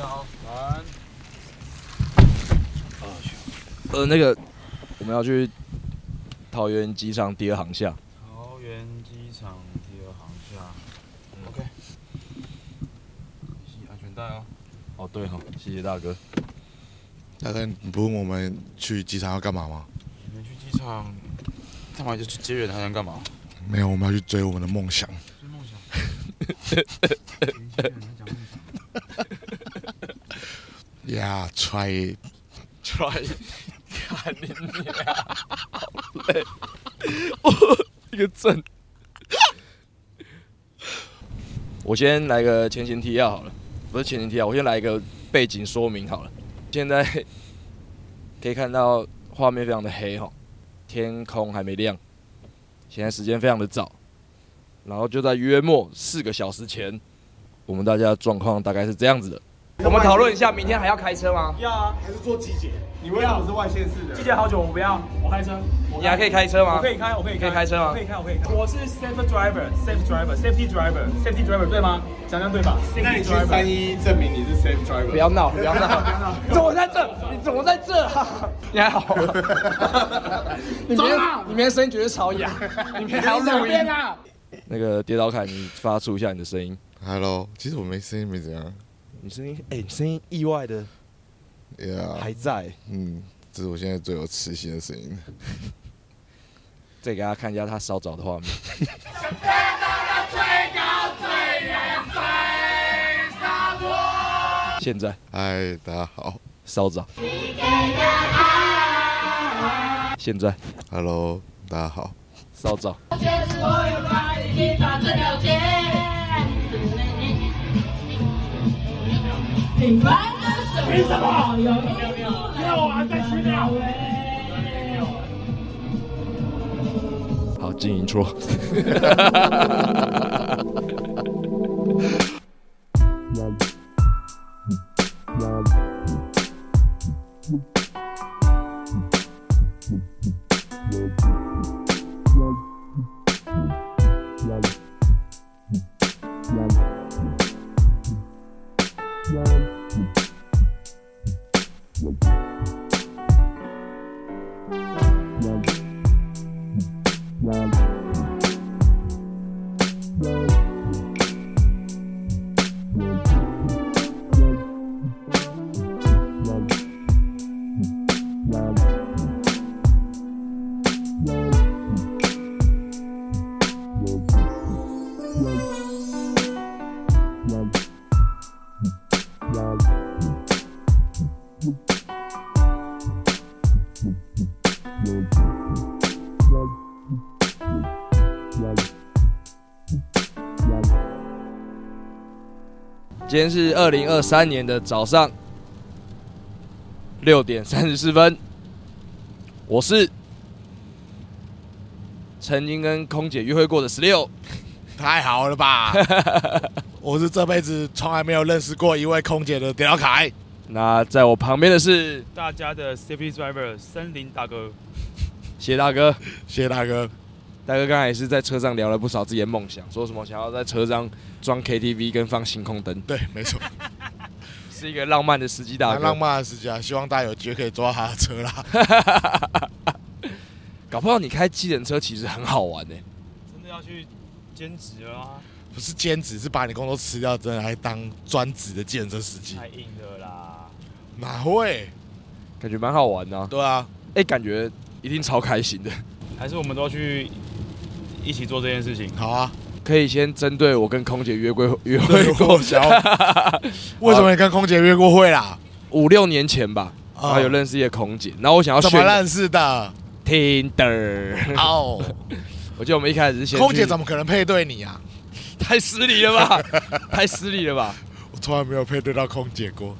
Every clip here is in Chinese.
好，晚安。呃，那个我们要去桃园机场第二航厦，桃园机场第二航厦。OK，系安全带哦。哦，对哈、谢谢大哥。大哥，你不问我们去机场要干嘛吗？你们去机场干嘛？就去接人还能干嘛？没有，我们要去追我们的梦想。追梦想。年轻人还讲梦想 Yeah, try it. try，看你娘，好累，我一个震。我先来个前情提要好了，不是前情提要，我先来一个背景说明好了。现在可以看到画面非常的黑哈，天空还没亮，现在时间非常的早，然后就在约莫四个小时前，我们大家的状况大概是这样子的。我们讨论一下，明天还要开车吗？要啊，还是做季节？你为什么是外县市的？季节好久，我不要，我开车。我你还可以开车吗？我可以开，我可以可以开车吗我可以开，我可以开。我是 safe driver, safe driver, safety driver, safety driver，对吗？讲讲对吧？那你去三一证明你是 safe driver。不要闹，不要闹！不要闹 怎么在这？你怎么在这、 啊？你还 好吗？你明天你明天声音绝对超哑，你明天还要录音啊！那个跌倒凯，你发出一下你的声音， Hello，其实我没声音，没怎样。你声音，哎、你声音意外的 Yeah，还在。嗯，这是我现在最有磁性的声音。再给大家看一下他稍早的画面。现在嗨，大家好稍早。现在，Hello，大家好。稍早。你们的凭什么？啊有让我玩再去掉。好，经营错。今天是二零二三年的早上六点三十四分，我是曾经跟空姐约会过的十六，太好了吧！ 我是这辈子从来没有认识过一位空姐的屌凯。那在我旁边的是大家的 safety driver 森林大哥，谢大哥，谢谢大哥。大哥刚才也是在车上聊了不少自己的梦想，说什么想要在车上装 KTV 跟放星空灯，对，没 错，是一个浪漫的司机大蛮哥，浪漫的时间，啊希望大家有机会可以坐到他的车啦。 搞不好你开机人车其实很好玩呢、欸真的要去兼职了啊，不是兼职，是把你工作辞掉，真的来当专职的健身司机，太硬了啦。哪会？感觉蛮好玩的、啊，对啊，哎、感觉 一定超开心的。还是我们都去一起做这件事情？好啊，可以先针对我跟空姐约会约对会我过想要为什么你跟空姐约过会啦？ 五六年前吧，哦然后有认识一些空姐，然后我想要怎么啊选认 识的？ Tinder， 哦，我记得我们一开始是先空姐怎么么可能配对你啊？太失礼了吧，太失礼了吧。我从来没有配对到空姐过。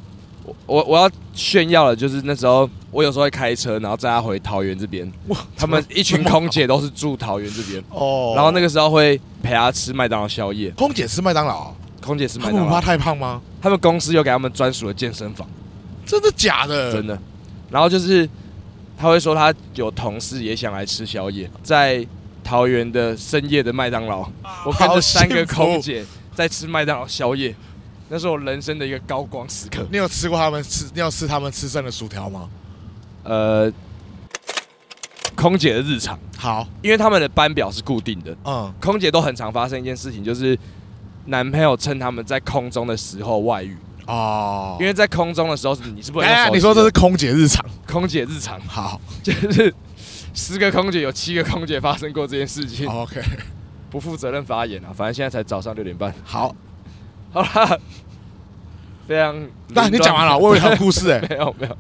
我我我要炫耀的就是那时候我有时候会开车，然后载她回桃园这边，哇，他们一群空姐都是住桃园这边， 哦，然后那个时候会陪她吃麦当劳宵夜，空姐吃麦当劳，啊空姐吃他麦们当不怕劳，太胖吗？他们公司有给他们专属的健身房，真的假的？真的。然后就是他会说他有同事也想来吃宵夜，在桃园的深夜的麦当劳，啊我看着三个空姐在吃麦当劳宵夜，那是我人生的一个高光时刻。你有吃过他们吃？你有吃他们吃剩的薯条吗？呃，空姐的日常，好，因为他们的班表是固定的，嗯，空姐都很常发生一件事情，就是男朋友趁他们在空中的时候外遇，哦，因为在空中的时候是你是不能用手哎，机的。你说这是空姐日常？空姐日常， 好就是十个空姐有七个空姐发生过这件事情，好，OK，不负责任发言啊！反正现在才早上六点半， 好，好啦，非常。那你讲完了，我以为还有故 事哎。没有没有，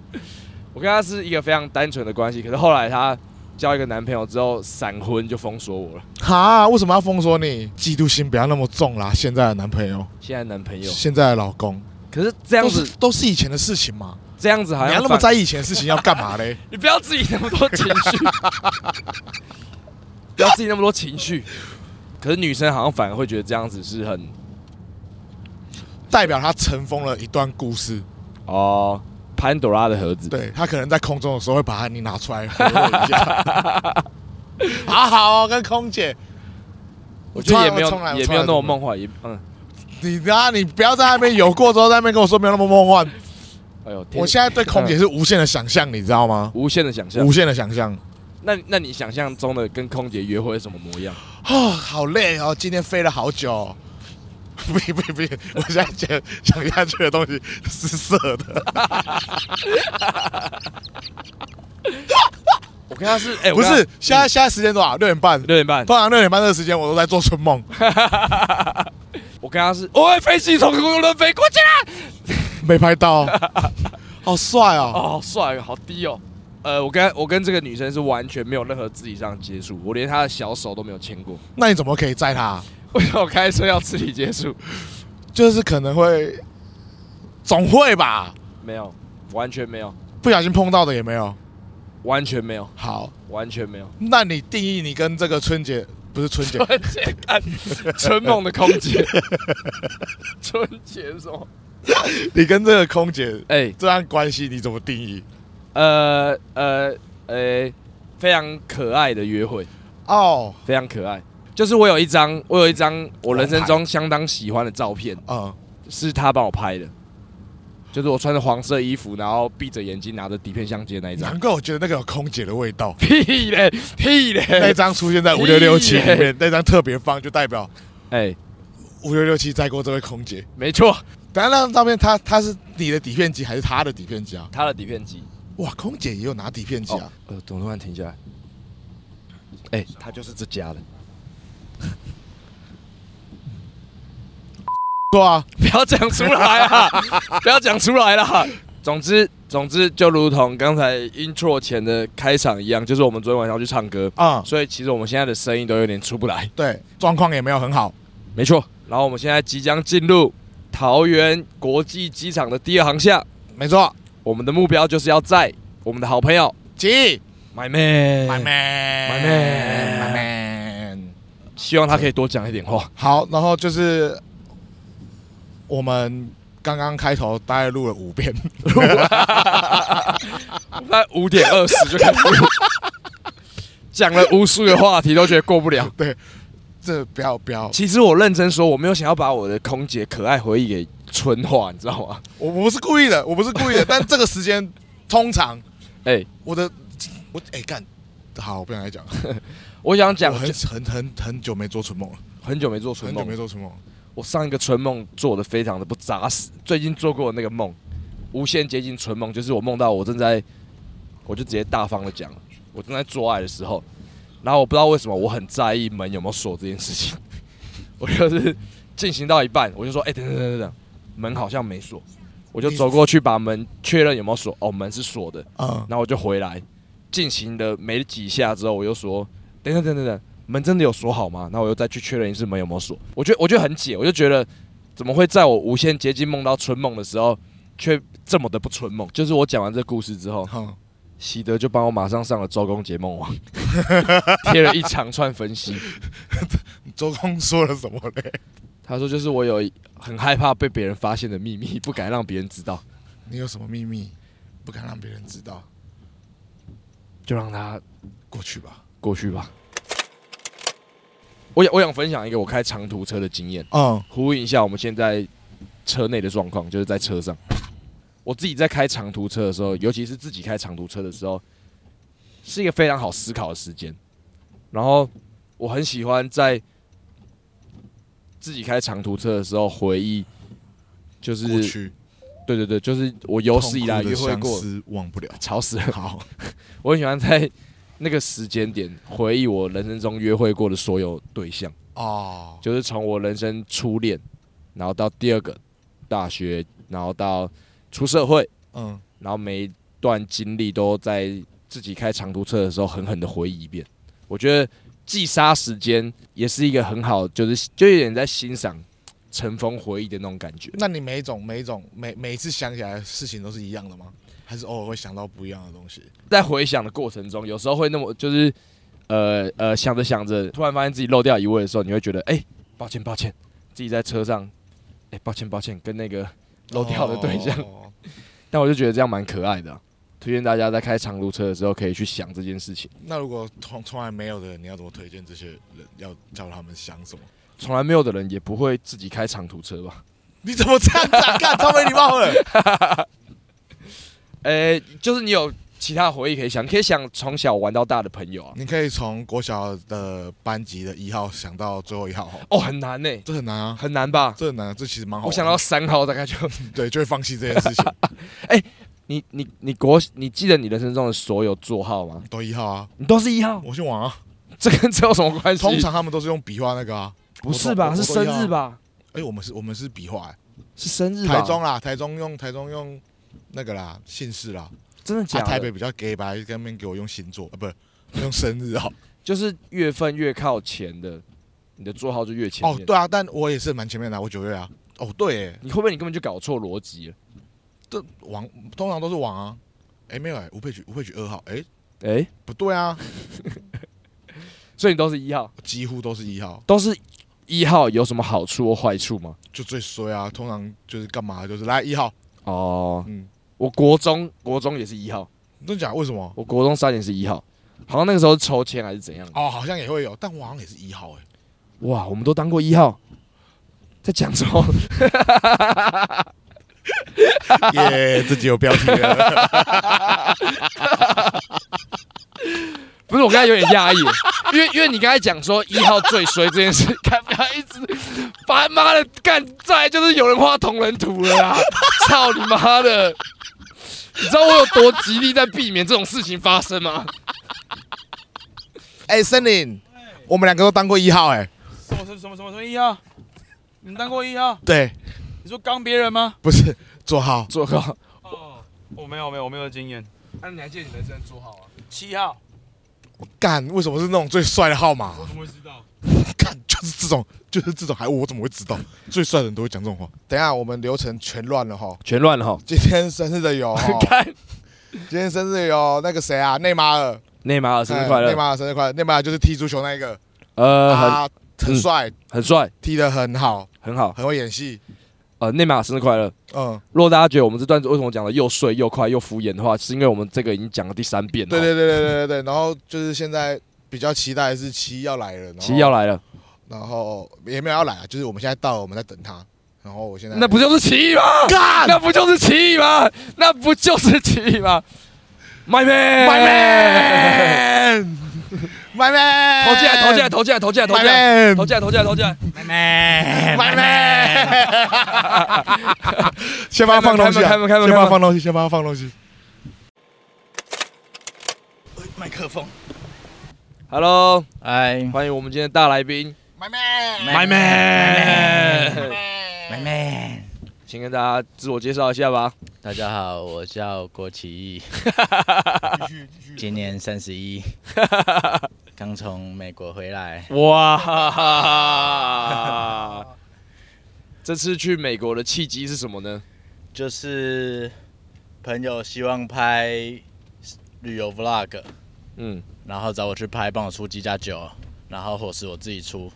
我跟她是一个非常单纯的关系，可是后来她交一个男朋友之后闪婚就封锁我了，哈，为什么要封锁你？嫉妒心不要那么重啦！现在的男朋友，现在男朋友。现在的老公，可是这样都子是都是以前的事情嘛。这样子好你像要那么反在意以前的事情，要干 嘛嘞？你不要自己那么多情 绪，不要自己那么多情绪。可是女生好像反而会觉得这样子是很代表他尘封了一段故事，哦，潘朵拉的盒子。对他可能在空中的时候会把它你拿出来 回味一下。好好、哦，跟空姐，我觉得也没有从来也没有那么。从来梦幻，也嗯，你啊，你不要在那边游过之后，在那边跟我说没有那么梦幻。哎呦，天我现在对空姐是无限的想象，你知道吗？无限的想象无。限的想象。那那你想象中的跟空姐约会是什么模样？哦，好累哦，今天飞了好久、哦。 不行不行不行，我现在觉得想下去的东西是色的，我跟她是哎，我 不跟她是？现在现在时间多少？六点半。六点半，通常六点半这个时间我都在做春梦， 我跟她是，哦，飞机从空中飞过去了，没拍 到，好帅哦！哦，好帅，好低哦。呃，我跟她我跟这个女生是完全没有任何肢体上的接触，我连她的小手都没有牵过。那你怎么可以载他？为什么开车要肢体接触？就是可能会，总会吧，没有，完全没有，不小心碰到的也没有。完全没有，好，完全没有。那你定义你跟这个春姐不 是春姐，春姐看春梦的空 姐，春姐说：“你跟这个空姐哎、这段关系你怎么定义？呃呃呃，非常可爱的约会，哦，非常可爱。就是我有一张，我有一张我人生王牌中相当喜欢的照片，嗯，是他帮我拍的。”就是我穿着黄色衣服，然后闭着眼睛拿着底片相机的那一张。难，怪我觉得那个有空姐的味道 屁嘞屁嘞，那张出现在五六六七里 面，那张特别放就代表哎、五六六七载过这位空姐。没错，等一下那张照片，她她是你的底片机还是她的底片机啊？他的底片机，哇，空姐也有拿底片机啊？呃，董突然停下来，哎、他就是这家的，对啊，不要讲出来啊， 不要讲出来啦。总之，总之就如同刚才 intro 前的开场一样，就是我们昨天晚上去唱歌，啊、所以其实我们现在的声音都有点出不来。对，状况也没有很好。没错，然后我们现在即将进入桃园国际机场的第二航厦，没错，我们的目标就是要在我们的好朋友起买妹， ，My Man，My 哎 man Man，希望他可以多讲一点话。好，然后就是我们刚刚开头大概录了五 遍，在五点二十就开始录，讲了无数个话题，都觉得过不了。这不要不要，其实我认真说，我没有想要把我的空姐可爱回忆给纯化，你知道吗？我我不是故意的，我不是故意 的，但这个时间通常哎、我的我哎干、好，我不想再讲了，我想讲我很就很很很久没做春梦了，很久没做春很久没梦，做春梦了，我上一个春梦做的非常的不扎实。最近做过的那个梦，无限接近春梦，就是我梦到我正在，我就直接大方的讲，我正在做爱的时候，然后我不知道为什么我很在意门有没有锁这件事情，我就是进行到一半，我就说，哎、等等等等等，门好像没锁，我就走过去把门确认有没有锁，哦，门是锁的，嗯，然后我就回来，进行了没几下之后，我又说，等等等等等，门真的有锁好吗？然后我又再去确认一次门有没有锁。我觉得我觉得很解，我就觉得怎么会在我无限接近梦到春梦的时候，却这么的不春梦？就是我讲完这故事之 后，好，喜德就帮我马上上了周公解梦网， 贴了一长串分析。周公说了什么嘞？他说就是我有很害怕被别人发现的秘密，不敢让别人知道，你有什么秘密不敢让别人知道？就让他过去吧。过去吧。我想我想分享一个我开长途车的经验。嗯呼应一下我们现在车内的状况，就是在车上。我自己在开长途车的时候，尤其是自己开长途车的时候，是一个非常好思考的时间。然后我很喜欢在自己开长途车的时候回忆，就过是去对对对，就是我有史以来痛苦约的会过相思忘不了。吵死了。好， 我很喜欢在那个时间点回忆我人生中约会过的所有对象。哦，就是从我人生初恋，然后到第二个大学，然后到出社会，嗯，然后每一段经历都在自己开长途车的时候狠狠的回忆一遍。我觉得既杀时间，也是一个很好，就是就有点在欣赏尘封回忆的那种感觉。那你每一种、每一种、每每一次想起来的事情都是一样的吗？还是偶尔会想到不一样的东西？在回想的过程中，有时候会那么就是呃呃想着想着，突然发现自己漏掉一位的时候，你会觉得哎、抱歉抱歉，自己在车上，哎、抱歉抱歉，跟那个漏掉的对象。哦但我就觉得这样蛮可爱的啊、推荐大家在开长途车的时候可以去想这件事情。那如果从从来没有的人，你要怎么推荐这些人？要叫他们想什么？从来没有的人也不会自己开长途车吧？你怎么这样子、 啊？干，超没礼貌的。诶、就是你有其他回忆可以想，你可以想从小玩到大的朋友啊。你可以从国小的班级的一号想到最后一号，哦，很难呢、这很难啊，很难吧？这很难、啊，这其实蛮好玩的。我想到三号大概就 对，就会放弃这件事情。 你你你国你记得你人生中的所有座号吗？都一号啊，你都是一号，我姓王啊。 这跟这有什么关系？通常他们都是用笔画那个啊。不是吧？我是都生日？我都一号啊吧？哎、我们是，我们是笔画、欸。是生日吧？啊台中啊啦，台中用台中用那个啦，姓氏啦。真的假啊，的？台北比较 gay 吧，跟那边给我用星座啊，不是用生日啊。就是月份越靠前的，你的座号就越 前哦面。，对啊，但我也是蛮前面的啊、我九月啊。哦，对耶，你会不会你根本就搞错逻辑了？这王通常都是王啊。哎、没有哎、吴佩举，吴佩举二号，哎、哎、不对啊，所以你都是一号，几乎都是一号，都是一号，有什么好处或坏处吗？就最衰啊。通常就是干嘛，就是来一号，哦，嗯，我国中国中也是一号，真假？为什么？我国中三年是一号，好像那个时候是抽签还是怎样？哦，好像也会有，但我好像也是一号哎、哇，我们都当过一号，在讲什么？ 耶，自己有标题了。 不是，我刚才有点压抑，因为因为你刚才讲说一号最衰这件事，干不要一直他妈的干，再来就是有人画同人图了啦！操你妈的！你知道我有多极力在避免这种事情发生吗？ 哎、森林，我们两个都当过一号哎、什么什么什么什么什么一号？你们当过一号？对，你说刚别人吗？不是做号，做号，哦，我没有没有我没有经验。那、你还记得你人生做号啊？七号，干，为什么是那种最帅的号码？怎么会知道？ 干，就是这种，就是这种，还我怎么会知道？最帅的人都会讲这种话。等一下，我们流程全乱了哈。全乱了哈！哦今天生日的 有，齁看今天生日有那个谁啊，内马尔，内马尔生日快哎乐内！马尔生日快乐，内马尔就是踢足球那一个，呃，很啊，很帅，很帅，踢得很好，很好。很会演戏，呃，内马尔生日快乐！嗯，如果大家觉得我们这段子为什么讲的又碎又快又敷衍的话，是因为我们这个已经讲了第三遍了。对对对对对对对，然后就是现在比较期待的是七一要来了，然后奇要，来了，然后也没有要来啊，就是我们现在到了，我们在等他，然后我现在那不就是奇异吗？干那不就是奇异吗？那不就是奇异吗？My man，My My man，My man，投进来，投进来，投进来，投进来，投进来， ，My 投进来，投进来，投进来。 man，My man，先 帮他放东西啊，开门开门开门开门先帮他放东西，先帮他放东西。麦克风。 Hello，哎，欢迎我们今天的大来宾买卖，买妹，妹妹，先跟大家自我介绍一下吧。大家好，我叫郭启义，继续继续。今年三十一，刚从美国回来。哇哈哈！这次去美国的契机是什么呢？就是朋友希望拍旅游 vlog，嗯，然后找我去拍，帮我出机加酒，然后伙食我自己出。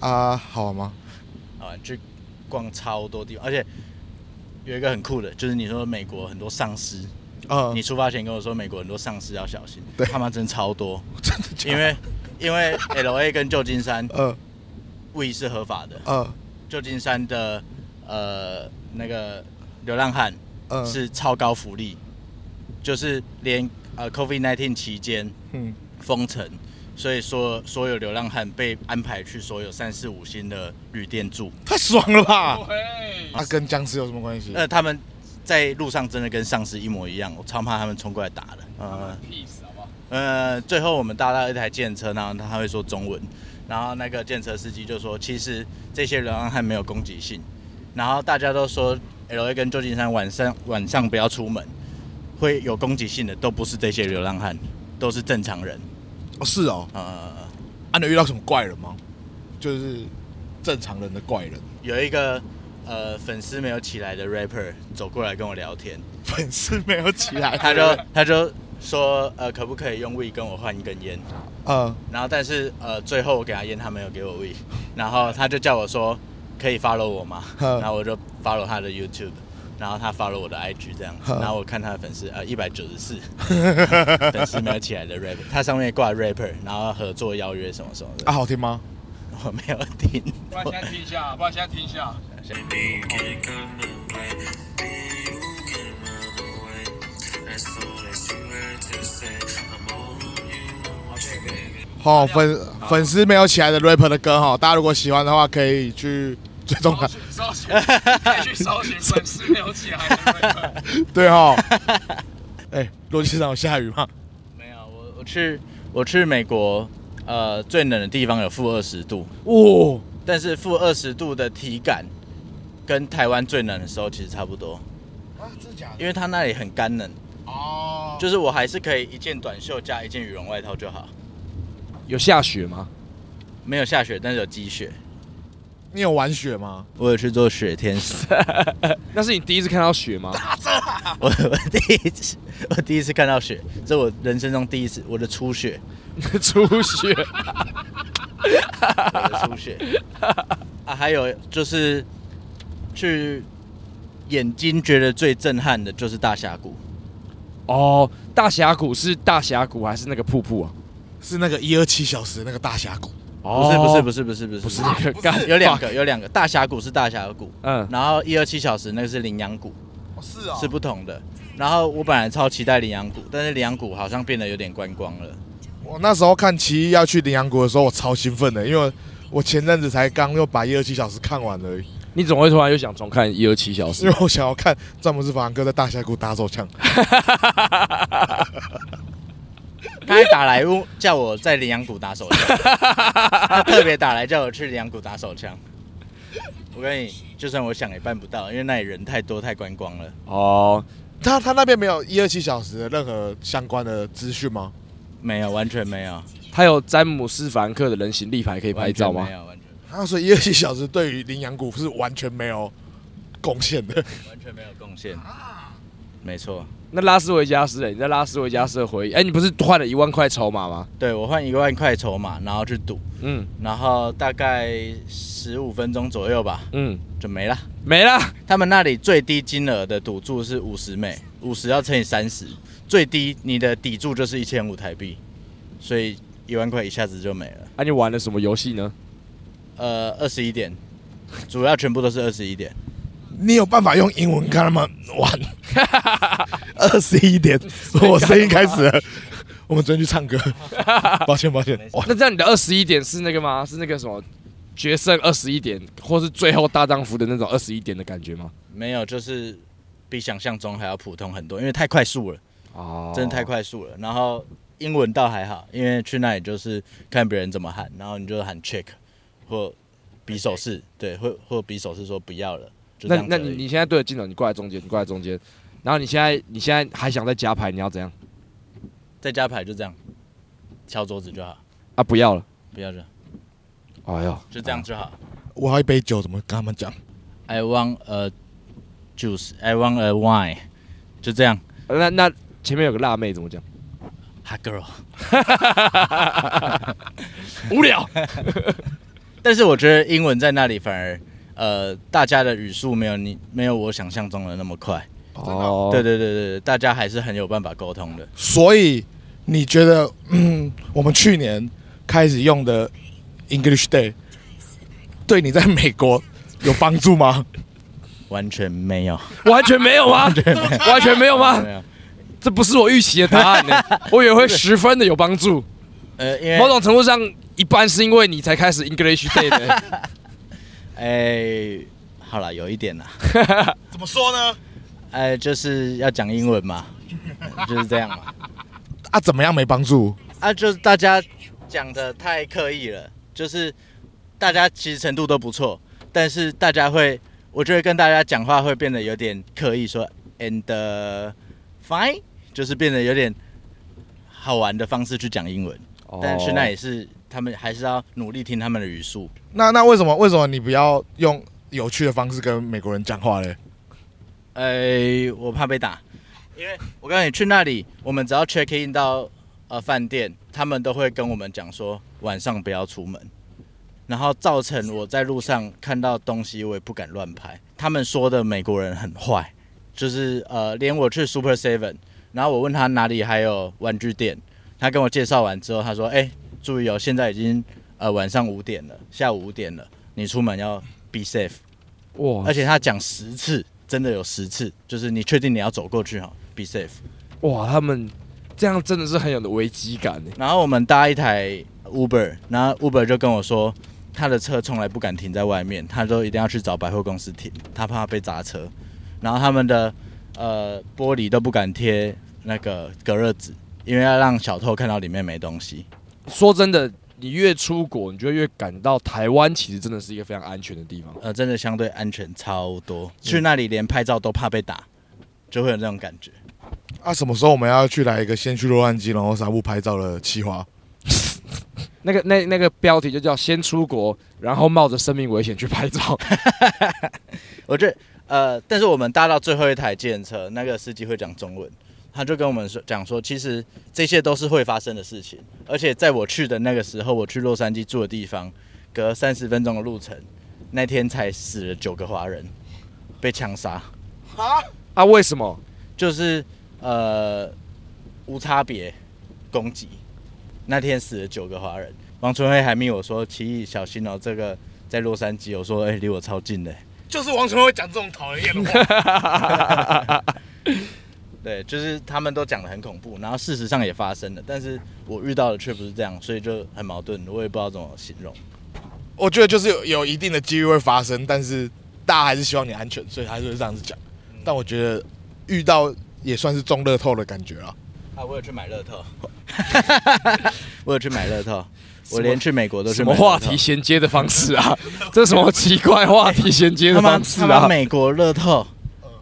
啊，好玩吗？啊，去逛超多地方，而且有一个很酷的，就是你说美国很多丧尸，呃你，出发前跟我说美国很多丧尸要小心，对他妈真超多， 真的假的因为因为 L A 跟旧金山呃胃是合法的，呃旧金山的呃那个流浪汉呃，是超高福利，就是连呃 COVID 1 9期间嗯封城，所以说所有流浪汉被安排去所有三四五星的旅店住，太爽了吧？啊，跟僵尸有什么关系？呃，他们在路上真的跟丧尸一模一样，我超怕他们冲过来打的。呃，呃，最后我们搭到一台电车，然后他会说中文，然后那个电车司机就说，其实这些流浪汉没有攻击性，然后大家都说 L A 跟旧金山晚上晚上不要出门，会有攻击性的都不是这些流浪汉，都是正常人。哦，是哦。呃，啊，你有遇到什么怪人吗？就是正常人的怪人， 有一个呃粉丝没有起来的 rapper 走过来跟我聊天，粉丝没有起 来，他就他就说呃可不可以用 we 跟我换一根烟，呃，然后但是呃最后我给他烟，他没有给我 we，然后他就叫我说可以 follow 我吗？嗯然后我就 follow 他的 YouTube。然后他 follow 我的 IG 这样，嗯然后我看他的粉丝呃一百九十四粉丝没有起来的 rapper，他上面挂 rapper，然后合作邀约什么什么的，啊，好听吗？ 我没有听，不然现在听一下，不然现在听一下。哦，粉粉丝没有起来的 rapper 的歌哈，大家如果喜欢的话，可以去追踪他。搜寻，可以去搜 寻粉丝没有起来的那个。对哈。 哎，逻辑上有下雨吗？没有，我我去我去美国，呃，最冷的地方有负二十度，哦，但是负二十度的体感跟台湾最冷的时候其实差不多，啊，真的假因为它那里很干冷，哦，就是我还是可以一件短袖加一件羽绒外套就好，有下雪吗？没有下雪，但是有积雪。你有玩雪吗？我有去做雪 天使，那是你第一次看到雪吗？ 我我第一次我第一次看到雪，这是我人生中第一次，我的初雪，初雪，我的初雪啊，还有就是去眼睛觉得最震撼的就是大峡谷。哦，大峡谷是大峡谷还是那个瀑布啊？是那个一二七小时那个大峡谷。不是不是不是是不是不是哦不是那个干有两个有两个大峡谷是大峡谷， 嗯然后一二七小时那个是羚羊谷哦，是哦是不同的。然后我本来超期待羚羊谷，但是羚羊谷好像变得有点观光 了。我那时候看奇艺要去羚羊谷的时候，我超兴奋的，因为我前阵子才刚又把一二七小时看完而已， 你总会突然又想重看一二七小因时为。我想要看詹姆斯·法兰克在大峡谷打手枪。他还打来问叫我在羚羊谷打手 枪，他特别打来叫我去羚羊谷打手枪。我跟你，就算我想也办不到，因为那里人太多太观光了。哦，他他那边没有一二七小时的任何相关的资讯吗？没有，完全没有。他有詹姆斯·凡克的人形立牌可以你拍照吗没？有，完全啊，所以一二七小时对于羚羊谷是完全没有贡献的。完全没有贡献。没错。那拉斯维加斯、欸，你在拉斯维加斯的回忆，哎、你不是换了一万块筹码吗？对我换一万块筹码，然后去赌，嗯然后大概十五分钟左右吧，嗯，就没了。没啦。他们那里最低金额的赌注是五十美，五十要乘以三十，最低你的底注就是一千五台币，所以一万块一下子就没了。啊，你玩了什么游戏呢？呃，二十一点，主要全部都是二十一点。你有办法用英文跟他们玩？ 二十一点，我声音开始 了。我们昨天去唱 歌，抱歉抱歉。哇，那这样你的二十一点是那个吗？是那个什么决胜二十一点，或是最后大丈夫的那种二十一点的感觉吗？没有，就是比想象中还要普通很多，因为太快速了，哦，真的太。快速了。然后英文倒还好，因为去那里就是看别人怎么喊，然后你就喊 check，或比手势，对，或或比手势说不要了。就这那样子那而你已你现在对着镜头，你挂在中间，你挂在中间，然后你现在你现在还想再加牌，你要怎样再加牌就这样，敲桌子就好，啊？不要了，不要这样，哎呦，就这样就好。我要一杯酒，怎么跟他们讲？ I want a juice, I want a wine，就这样。啊。那那前面有个辣妹怎么讲？ Hot girl。 无聊。但是我觉得英文在那里反而，呃，大家的语速没有你没有我想象中的那么快。哦，对对对对对，大家还是很有办法沟通的。所以你觉得，嗯，我们去年开始用的 English Day，对你在美国有帮助吗？ 完全没有，完全没有吗？完全没有吗没？有。这不是我预期的答 案呢、我以为会十分的有帮助。呃，因为某种程度上，一半是因为你才开始 English Day 的。哎，好了，有一点啦。 怎么说呢？哎，就是要讲英文嘛，就是这样嘛。啊，怎么样没帮助？啊，就是大家讲的太刻意了，就是大家其实程度都不错，但是大家会，我觉得跟大家讲话会变得有点刻意说，and、fine，就是变得有点好玩的方式去讲英文， 但去哦那也是他们还是要努力听他们的语速，那那为什么为什么你不要用有趣的方式跟美国人讲话嘞？哎，我怕被打，因为我告诉你，去那里我们只要 check in 到呃饭店，他们都会跟我们讲说晚上不要出门，然后造成我在路上看到东西我也不敢乱拍。他们说的美国人很坏，就是呃，连我去 Super Seven，然后我问他哪里还有玩具店，他跟我介绍完之后，他说：“哎，注意哦，现在已经呃晚上五点了，下午五点了，你出门要 be safe。”哦哇而且他讲十次，真的有十次，就是你确定你要走过去哈，be safe。哇，他们这样真的是很有的危机感欸呢。然后我们搭一台 Uber，然后 Uber 就跟我说，他的车从来不敢停在外面，他都一定要去找百货公司停，他怕被砸车。然后他们的呃玻璃都不敢贴那个隔热纸，因为要让小偷看到里面没东西。说真的，你越出国，你就越感到台湾其实真的是一个非常安全的地方。呃，真的相对安全超多，去那里连拍照都怕被打，就会有那种感觉。啊，什么时候我们要去来一个先去洛杉矶，然后纱布拍照的企划？那个那那个标题就叫“先出国，然后冒着生命危险去拍 照我觉得呃，但是我们搭到最后一台计程车，那个司机会讲中文，他就跟我们说讲说，其实这些都是会发生的事情，而且在我去的那个时候，我去洛杉矶住的地方，隔三十分钟的路程，那天才死了九个华人，被枪杀，”啊？为什 么？就是呃无差别攻击，那天死了九个华人。王春辉还密我说：“奇艺小心哦，这个在洛杉矶。”我说：“哎、离我超近的。”就是王晨会讲这种讨人厌的话。对，就是他们都讲的很恐怖，然后事实上也发生了，但是我遇到的却不是这样，所以就很矛盾，我也不知道怎么形容。 我觉得就是有有一定的几率会发生，但是大家还是希望你安全，所以还是会这样子讲。但我觉得遇到也算是中乐透的感觉啊。啊，我有去买乐透，我有去买乐透，我连去美国都去什么买乐透话题？衔接的方式 啊？这是什么奇怪话题衔接他的妈方式他妈啊？美国乐透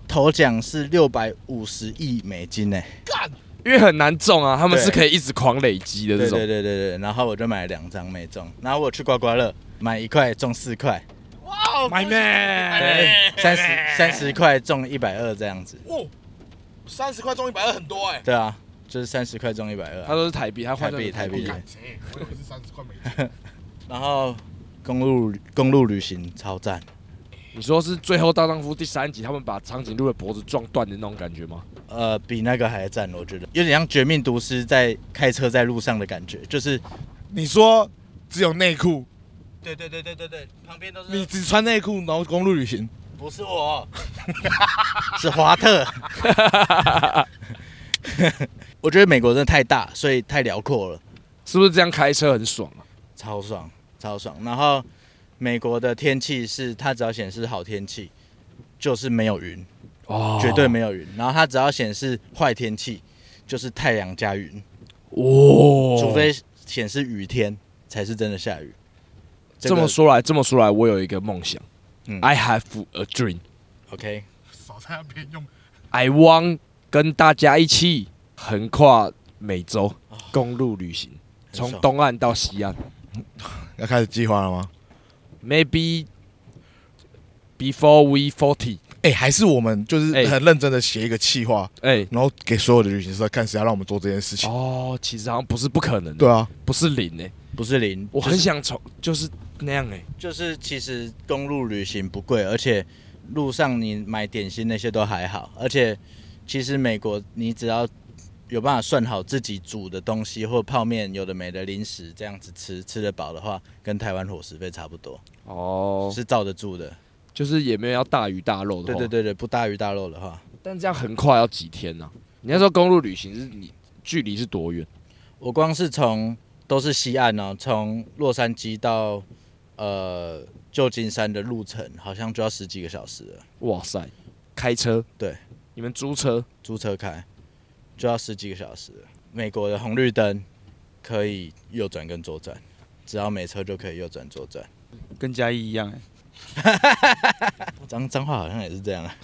头奖是六百五十亿美金呢、因为很难中啊，他们对是可以一直狂累积的这对种对。对对对，然后我就买了两张没中，然后我去刮刮乐买一块中四块， My man，三十三十块中一百二这样子，三十块中一百二很多哎、对啊，就是三十块中一百二啊。他都是台币，他换算成台币台币台我以为是三十块美金。然后公路公路旅行超赞，你说是最后大丈夫第三集，他们把长颈鹿的脖子撞断的那种感觉吗？呃，比那个还赞，我觉得有点像《绝命毒师》在开车在路上的感觉，就是你说只有内裤，对对对对对对，旁边都是你只穿内裤，然后公路旅行，不是我， 是华特。我觉得美国真的太大，所以太辽阔了，是不是这样开车很爽啊？超爽超爽。然后美国的天气是它只要显示好天气，就是没有云，哦绝对没有云。然后它只要显示坏天气，就是太阳加云。哦除非显示雨天才是真的下雨，这这个么说来，这么说来，我有一个梦想、嗯 i have a dream。 ，OK，少在那边用 I want 跟大家一起横跨美洲公路旅行，从哦爽东岸到西岸要开始计划了吗？ ，maybe before we forty。哎、还是我们就是哎很认真的写一个计划，哎，然后给所有的旅行社看谁要让我们做这件事情。哦，其实好像不是不可能的，对啊，不是零哎，不是零，我很就是想从就是那样哎，就是其实公路旅行不贵，而且路上你买点心那些都还好，而且其实美国你只要有办法算好自己煮的东西或泡面，有的没的零食这样子吃，吃得饱的话，跟台湾伙食费差不多，哦，是罩得住的。就是也没有要大鱼大肉的，对对，对对，不大鱼大肉的话，但这样横跨要几天呢？你那时候公路旅行是你距离是多远？我光是从都是西岸哦，从洛杉矶到呃旧金山的路程，好像就要十几个小时了，哇塞，开车对，你们租车租车开就要十几个小时了。美国的红绿灯可以右转跟左转，只要没车就可以右转左转。跟嘉义一样、哎，脏脏话好像也是这样啊，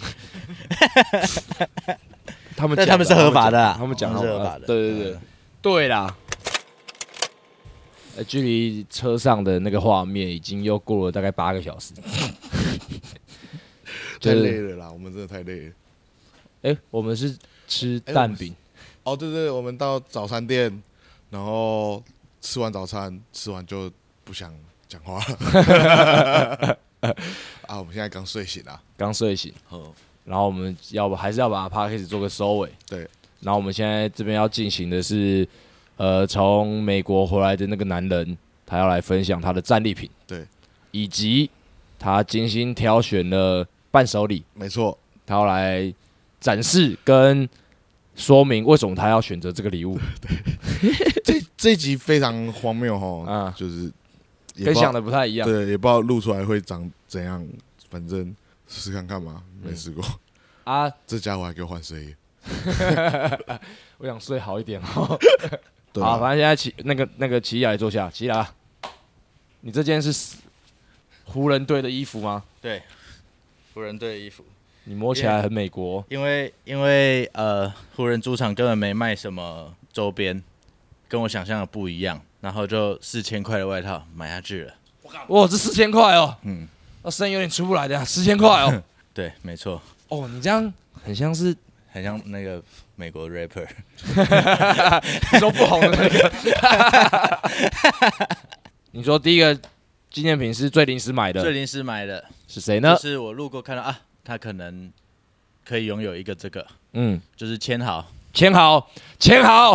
他们但讲他们是合法的啊，他们讲是合法的，对对对。对 啦，呃，距离车上的那个画面已经又过了大概八个小 时。太就累是，了啦，我们真的太累了。哎、我们是吃哎蛋饼，哦，对对，我们到早餐店，然后吃完早餐，吃完就不想讲话 了。啊，我们现在刚睡醒啊，刚睡醒，然后我们要不还是要把 p a c k a g e 做个收尾。对，然后我们现在这边要进行的是，呃，从美国回来的那个男人，他要来分享他的战利品，对，以及他精心挑选了伴手礼，没错，他要来展示跟说明为什么他要选择这个礼物，这这一集非常荒谬哦，啊就是也不跟知道想的不太一样。对，也不知道录出来会长怎样，反正试试看看嘛，没试过。啊， 这家伙还给我换睡衣，我想睡好一点哦。对好，啊，反正现在奇那个那个奇雅也坐下，奇雅，你这件是湖人队的衣服吗？对，湖人队的衣服。你摸起来很美国因为因为呃，湖人主场根本没卖什么周边，跟我想象的不一样，然后就四千块的外套买下去了。哦，哇，这四千块哦，嗯，那声音有点出不来的，四千块哦。对，没错，哦，你这样很像是很像那个美国 rapper。你说不红的那个。 你说第一个纪念品是最临时买最的，临时买的，是谁呢就？是我路过看到啊，他可能可以拥有一个这个，嗯，就是签好。签好，签好，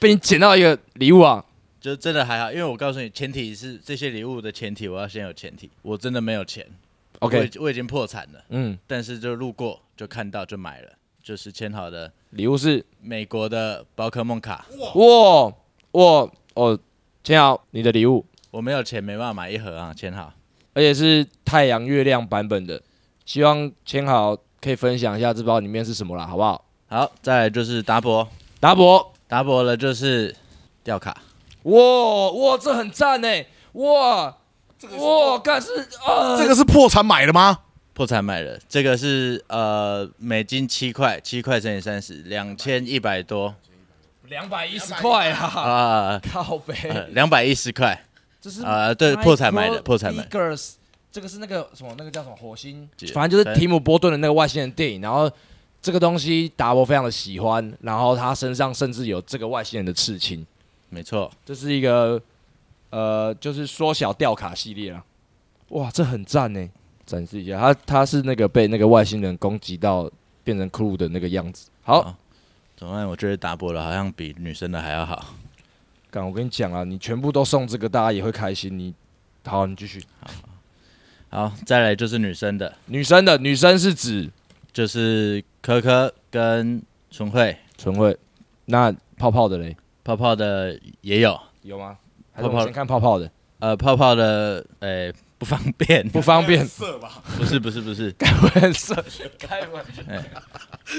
被你捡到一个礼物啊！就真的还好，因为我告诉你，前提是这些礼物的前提，我要先有前提。我真的没有钱 OK 我已我已经破产了，嗯，但是就路过就看到就买了，就是签好的礼物是美国的宝可梦卡，哇哇哦，签好你的礼物，我没有钱没办法买一盒啊，签好。而且是太阳月亮版本的，希望签好可以分享一下这包里面是什么啦，好不好？好，再来就是达博，达博，达博了就是吊卡，哇哇，这很赞哎，哇哇，干是啊，这个是破产买的吗？破产买了，这个是呃美金七块，七块乘以三十，两千一百多两百一十块啊，啊，靠北，两百一十块，这是啊对破产买的破产买的 Biggers，这个是那个什么，那个叫什么火星记，得反正就是提姆波顿的那个外星人电影。然后这个东西达博非常的喜欢，然后他身上甚至有这个外星人的刺青，没错，这是一个呃，就是缩小吊卡系列啊。哇，这很赞呢！展示一下，他他是那个被那个外星人攻击到变成酷的那个样子。好好，总之我觉得达博了好像比女生的还要好。干，我跟你讲啊，你全部都送这个，大家也会开心。你好，你继续。好，再来就是女生的，女生的女生是指就是可可跟纯惠，纯惠，那泡泡的嘞？泡泡的也有，有吗？还泡是泡我们先看泡泡的？呃，泡泡的，诶、不方便， 不方 便，色吧？ 不是不是不是，不很色，开门。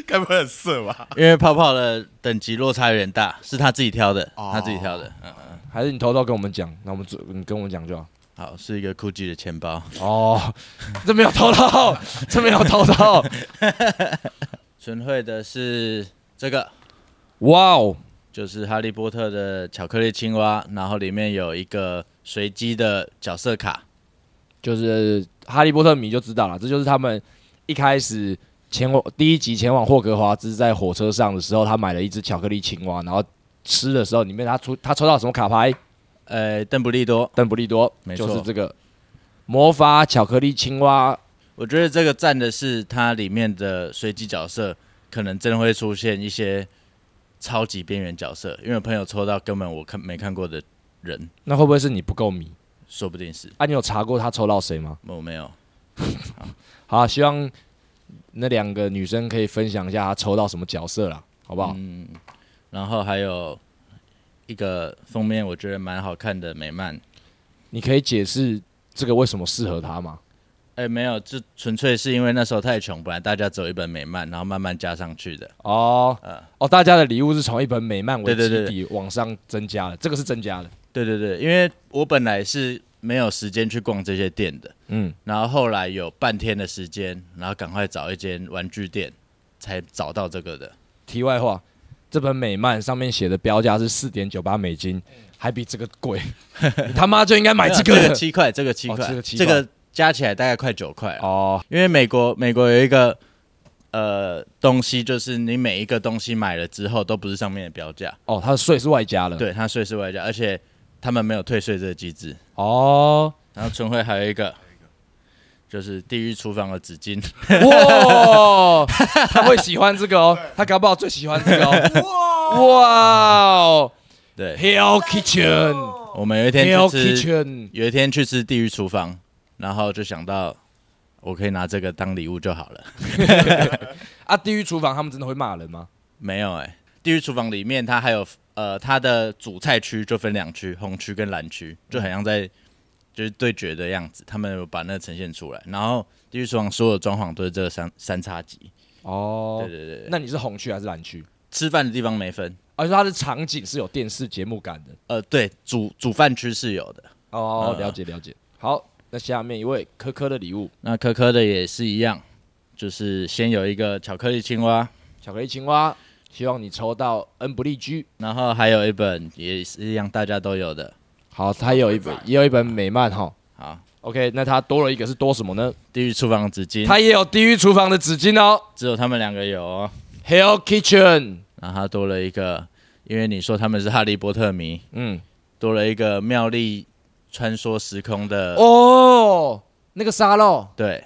该不会很色吧？因为泡泡的等级落差有点大，是他自己挑的，哦他自己挑的。嗯，还是你偷偷跟我们讲，那我们做你跟我讲就好。好，是一个 GUCCI 的钱包，哦， 这没有偷到，这没有偷 到。纯惠的是这个，哇哦，就是哈利波特的巧克力青蛙，然后里面有一个随机的角色卡。就是哈利波特迷就知道了，这就是他们一开始前往第一集前往霍格华兹，在火车上的时候，他买了一只巧克力青蛙，然后吃的时候里面他出他抽到什么卡牌？呃，邓布利多，邓布利多，没错就是这个魔法巧克力青蛙。我觉得这个站的是它里面的随机角色，可能真的会出现一些超级边缘角色，因为我朋友抽到根本我看没看过的人，那会不会是你不够迷说不定是啊？你有查过他抽到谁吗？我没有。好，啊希望那两个女生可以分享一下她抽到什么角色啦，好不好？嗯，然后还有一个封面我觉得蛮好看的美漫，你可以解释这个为什么适合她吗？哎，没有，这纯粹是因为那时候太穷，本来大家走一本美漫，然后慢慢加上去的。哦、呃哦，大家的礼物是从一本美漫为对对基对底往上增加的，这个是增加的。对对对，因为我本来是没有时间去逛这些店的，嗯，然后后来有半天的时间，然后赶快找一间玩具店，才找到这个的。题外话，这本美漫上面写的标价是四点九八美金，还比这个 贵，你他妈就应该买哎这没有这个哦个。七块，这个七块，这个七块这个加起来大概快九块了。哦，因为美国美国有一个呃东西，就是你每一个东西买了之后都不是上面的标价，哦，它的税是外加了。，对，它税是外加，而且他们没有退税这个机制。哦，然后春晖还有一个。就是地狱厨房的纸巾，哇，他会喜欢这个哦，他搞不好最喜欢这个哦。哇哦对， ，Hell Kitchen，Hell 我们有一天去吃 Kitchen，有一天去吃地狱厨房，然后就想到我可以拿这个当礼物就好了。啊，地狱厨房他们真的会骂人吗？ 没有哎、地狱厨房里面它还有呃，它的主菜区就分两区，红区跟蓝区，就很像在就是对决的样子。他们有把那个呈现出来，然后地狱厨房所有装潢都是这个三三叉戟。哦对，对对对，那你是红区还是蓝区？吃饭的地方没分。而且它的场景是有电视节目感的。呃，对，主主饭区是有的。哦，嗯了解了解。好，那下面一位科科的礼物，那科科的也是一样，就是先有一个巧克力青蛙，巧克力青蛙，希望你抽到恩不利居。然后还有一本也是一样大家都有的。好，它有一本也有一本美漫哈。好， OK，那它多了一个是多什么呢？地狱厨房的纸巾，它也有地狱厨房的纸巾哦只有他们两个有哦。 ，Hell Kitchen。然后他多了一个，因为你说他们是哈利波特迷，嗯，多了一个妙丽穿梭时空的。哦，那个沙漏，对，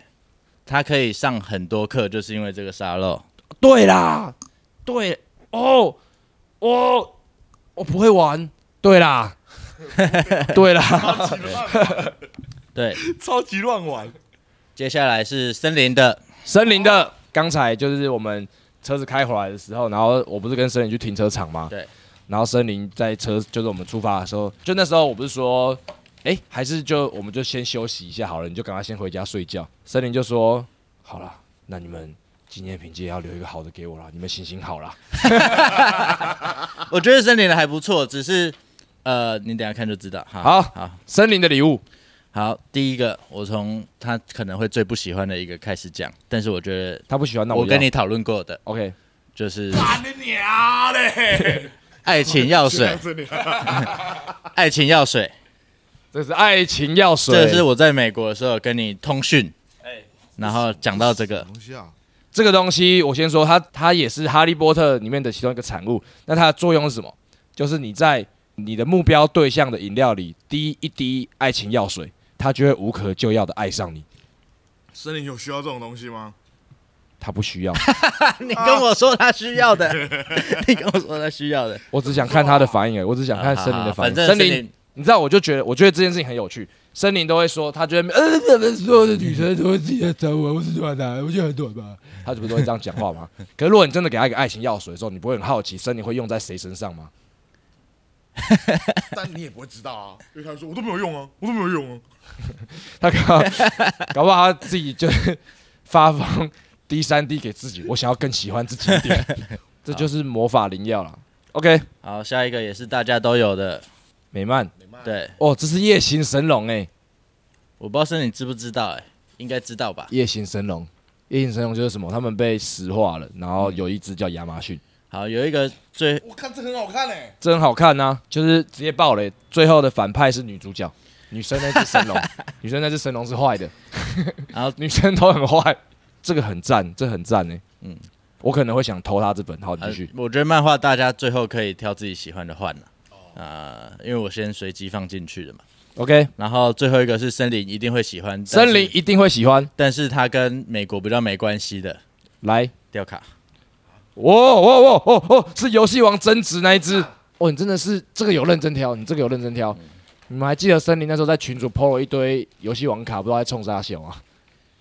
他可以上很多课，就是因为这个沙漏。对啦，对，哦，我我不会玩，对啦， 对啦，对，超级乱玩，接下来是森林的，森林的，刚才就是我们车子开回来的时候，然后我不是跟森林去停车场吗？对。然后森林在车，就是我们出发的时候，就那时候我不是说，哎，还是就我们就先休息一下好了，你就赶快先回家睡觉。森林就说，好了，那你们纪念品也要留一个好的给我啦，你们行行好啦。我觉得森林的还不错，只是呃，你等一下看就知道。好好好森林的礼物，好，第一个我从他可能会最不喜欢的一个开始讲，但是我觉得他不喜欢，那我要跟你讨论过的， OK，就是你娘嘞！爱情 药水，这里爱情药水。这是爱情药水，这是我在美国的时候跟你通讯，哎然后讲到这个，东西啊，这个东西，我先说，它它也是《哈利波特》里面的其中一个产物。那它的作用是什么？就是你在你的目标对象的饮料里滴一滴爱情药水，它就会无可救药的爱上你。森林有需要这种东西吗？它不 需要，你跟我说他需要的， 你跟我说他需 要的，我只想看它的反应而已，我只想看森林的反啊反应。正森森林林，你知道，我就觉得，我觉得这件事情很有趣。森林都会说，他觉得呃，所有的女生都会自己来找我，我是短男，我就很短 吧。他这不都会这样讲话吗？可是如果你真的给他一个爱情药水的时候，你不会很好奇森林会用在谁身上吗？但你也不会知道啊，因为他说我都没有用啊，我都没有用啊。他搞搞不好他自己就是发放 D 三 D 给自己，我想要更喜欢自己一点， 这就是魔法灵药了。OK，好，下一个也是大家都有的，美漫，对，哦，这是夜行神龙哎、我不知道是你知不知道、哎，应该知道吧？夜行神龙，夜行神龙就是什么？他们被石化了，然后有一只叫亚马逊，好，有一个最我看这很好看哎、这很好看啊呐、就是直接爆雷。最后的反派是女主角，女生那只神 龙，女生那只神龙是坏 的，然后女生都很坏，这个很赞，这很赞哎、嗯嗯，我可能会想偷他这本，好，你呃继续。我觉得漫画大家最后可以挑自己喜欢的换了。哦啊、因为我先随机放进去的嘛， OK，然后最后一个是森林，一定会喜欢。但是森林，一定会喜欢，但是它跟美国比较没关系的来。吊卡，哇哇哇哦哦，是游戏王争执那一只。哦，你真的是这个有认真挑，你这个有认真挑。你们还记得森林那时候在群主 PO 了一堆游戏王卡，不知道在冲啥小啊？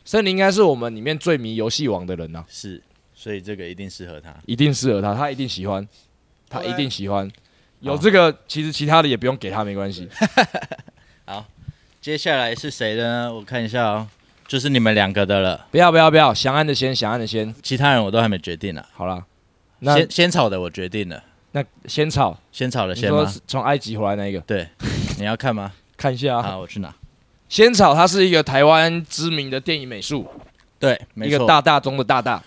森林应该是我们里面最迷游戏王的人呐、啊，是，所以这个一定适合他。一定适合他，他一定喜欢，他一定喜欢。有这个，其实其他的也不用给他没关系。接下来是谁的呢？我看一下哦，就是你们两个的了，不要不要不要，想按的先，想按的先。其他人我都还没决定呢、好啦，那先先草的我决定了，那先炒，先草的你先说吗？是从埃及回来那一个，对，你要看吗？看一下啊。好，我去拿。仙草它是一个台湾知名的电影美术，对，一没个错。大大中的大大。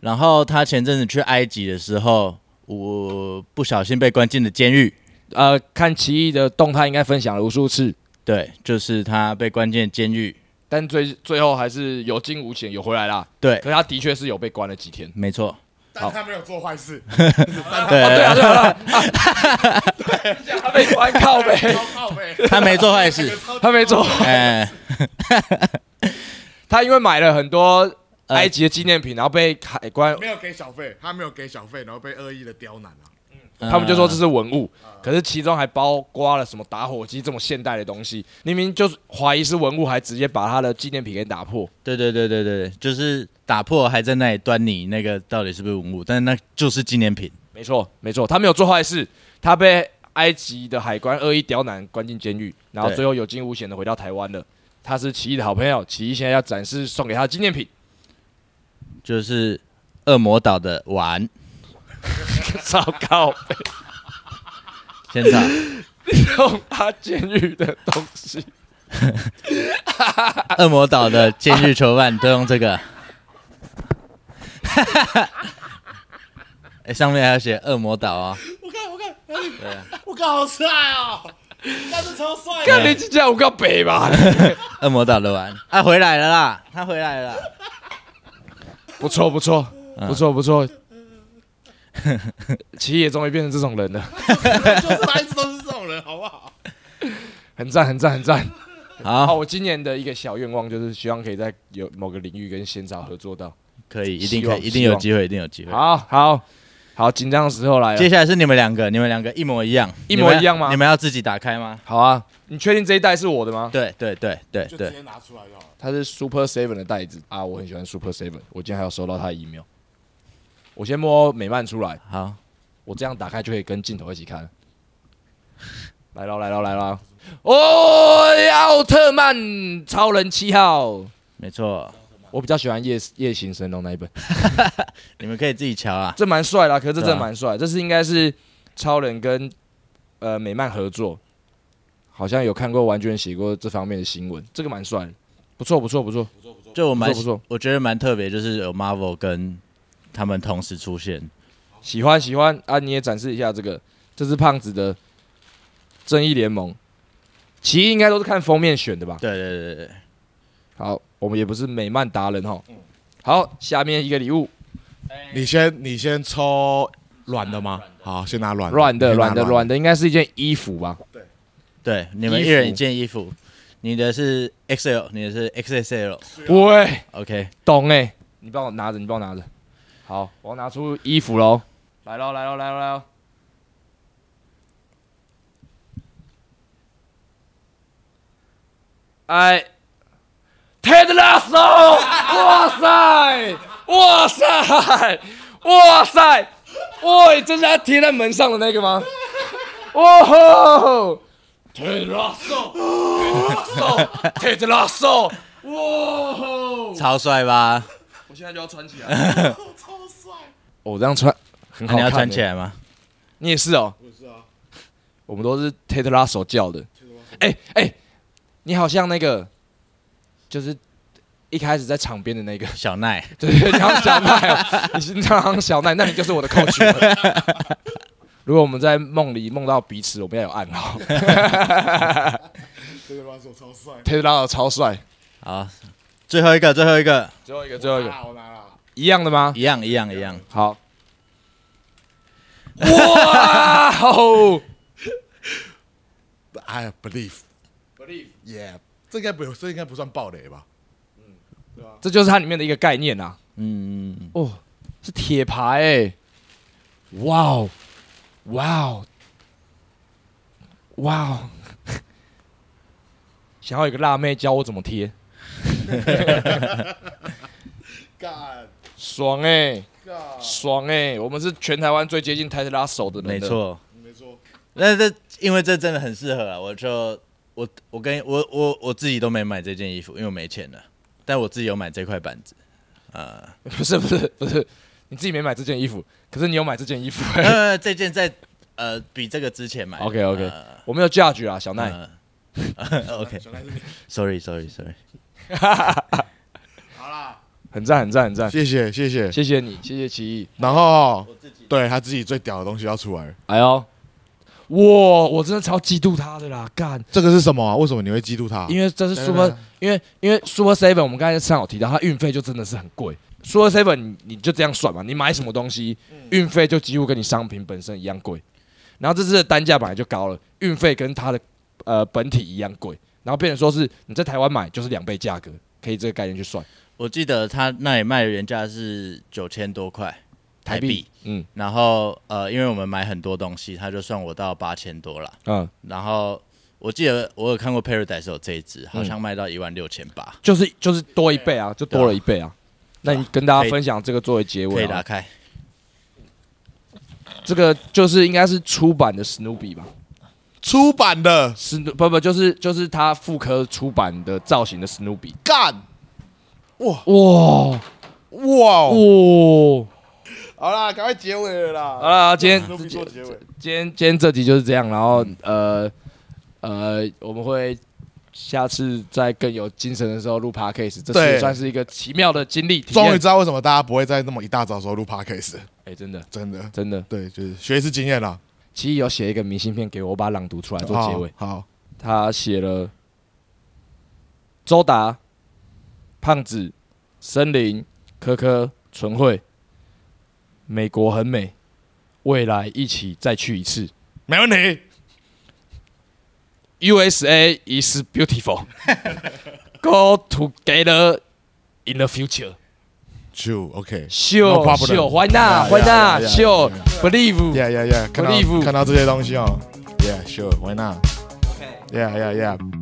然后他前阵子去埃及的时候，我不小心被关进了监狱。呃，看奇异的动态应该分享了无数次，对，就是他被关进监狱。但最最后还是有惊无险，有回来啦。对可，是他的确是有被关了几天。没错。但他没有做坏事，对啊，对，对啊， 对啊他被关靠背，超靠背， 他没做坏事。他没走。哎，他因为买了很多呃埃及的纪念品，然后被海关，没有给小费，他没有给小费，然后被恶意的刁难啊。嗯他们就说这是是文物，可是其中还包括了什么打火机这么现代的东西，明明就是怀疑是文物，还直接把他的纪念品给打破。对对对对对，对就是打破还在那里端你那个到底是不是文物，但是那就是纪念品。没错，没错，他没有做坏事，他被埃及的海关恶意刁难，关进监狱，然后对最后有惊无险的回到台湾了。他是奇异的好朋友，奇异现在要展示送给他的纪念品， 就是恶魔岛的碗，糟糕，现 场送他监狱的东 西。恶魔岛的监狱囚犯都用这个。 哎、上面还有写恶魔岛哦，我看，哎我看，啊我看好帅哦，但是超帅看你这家有够北吧？恶魔岛的碗啊，回来了啦，他回来了啦。 不错，不错，不错，不错。奇异也终于变成这种人了， 就是他一直都是这种人，好不好？很赞，很赞，很赞。好，好，我今年的一个小愿望就是希望可以在有某个领域跟仙草合作到。可以，一定希可望以，一定有希望机会，一定有机会。好，好，好，紧张的时候来了接。下来是你们两个，你们两个一模一样，一模一样你们吗你们要自己打开吗？好啊，你确定这一袋是我的吗？对对对对就直对，接拿出来就好了。它是 Super Seven 的袋子啊，我很喜欢 Super Seven，我今天还有收到它的 email。我先摸美漫出来，好，我这样打开就可以跟镜头一起看了。来喽来喽来喽！哦，奥特曼超人七号，没错，我比较喜欢夜夜行神哦龙那一本，你们可以自己瞧啊。这蛮帅啦，可是这真对的啊蛮帅，这是应该是超人跟呃美漫合作，好像有看过完全写过这方面的新闻，这个蛮帅的，不错不错不错，就我蛮不错不错，我觉得蛮特别，就是有 Marvel 跟他们同时出现，喜欢喜欢啊！你也展示一下这个，这是胖子的《正义联盟》，其实应该都是看封面选的吧？对对对对对，好，我们也不是美漫达人哈。好，下面一个礼物，你先，你先抽软的吗？好，先拿软啊软的软的软的。的，应该是一件衣服吧？对，你们衣一服人一件衣服，你的是 XL，你的是 XXL，OK，、喂， OK，懂哎、你帮我拿着，你帮我拿着。好，我要拿出衣服喽。来喽来喽来喽来喽！哎，Ted Lasso！哇塞，哇塞，哇塞！喂，这是他贴在门上的那个吗？哇吼！铁拉手，铁拉手，哇吼！超帅吧？我现在就要穿起来，超帅！我哦这样穿很那好看、你欸要穿起，来吗？你也是哦。我是啊，我们都是 Tate 拉手叫的。哎哎、你好像那个，就是一开始在场边的那 个，小奈，对对，你好像小奈、 哦，你是你好像小奈，那你就是我的 coach 了。如果我们在梦里梦到彼此，我们要有暗 号。对对吧？手超帅， Tate 拉手超帅，好，最后一个，最后一个，最后一个，最后一个，啊，我拿了。一样的吗？一样一样一样。 好。哇哦！ I believe, believe, yeah。这应该不，这应该不算暴雷吧？这就是它里面的一个概念啊。嗯，嗯哦，是铁牌哎、哇哦，哇哦，哇哦！ 想要有个辣妹教我怎么贴，干爽哎、干，爽哎、我们是全台湾最接近泰特拉手的嗯人了没，错。没错，那这因为这真的很适合啊，我就我我跟我我我自己都没买这件衣服，因为我没钱了。但我自己有买这块板子，呃， 不是不是不是，你自己没买这件衣服，可是你有买这件衣 服、欸。呃，这件在呃比这个之前买的。 OK，OK 呃我没有 judge 啊，小奈， 呃 OK，小赖是你。 sorry sorry sorry，嗯 好啦，很赞很赞很赞，谢谢谢谢。谢谢你，谢谢奇艺。然后自己对他自己最屌的东西要出来了，哎呦，哇，我真的超嫉妒他的啦，干！这个是什么啊？为什么你会嫉妒他？因为这是对 Super，对因为因为 Super Seven，我们刚才上有提到，它运费就真的是很贵。Super Seven，你你就这样算嘛，你买什么东西，运费就几乎跟你商品本身一样贵。然后这次的单价本来就高了，运费跟它的呃本体一样贵，然后变成说是你在台湾买就是两倍价格，可以这个概念去算我记得他那里卖的原价是九千多块台币，。嗯然后呃，因为我们买很多东西，他就算我到八千多啦。嗯，然后我记得我有看过 Paradise 有这一只，好像卖到一万六千八，就是就是多一倍啊，就多了一倍啊。那你跟大家分享这个作为结可尾以打啊，开。这个就是应该是出版的 Snoopy 吧。出版的史努不不就是就是他复刻出版的造型的史努比，干，哇哇哦！哇！好啦，赶快结尾了啦。好啦，今天都不做啊结尾。今天今天这集就是这样，然后呃呃，我们会下次在更有精神的时候录 podcast，这次对也算是一个奇妙的经历体终于验知。道为什么大家不会在那么一大早的时候录 podcast，了哎，真的真的。真的，对，就是学一次经验啦。奇艺有写一个明信片给我，我把它朗读出来做结尾。好，好他写了周达、胖子、森林、科科、纯惠，美国很美，未来一起再去一次。没问题。 USA is beautiful. Go together in the future. True, OK. No Sure, problem. sure. Why not? Why Yeah, yeah, not? yeah, Sure. Believe. Yeah, yeah, yeah. 看衣服到看到这些东西哦。Yeah, sure. Why not? Yeah, yeah, yeah.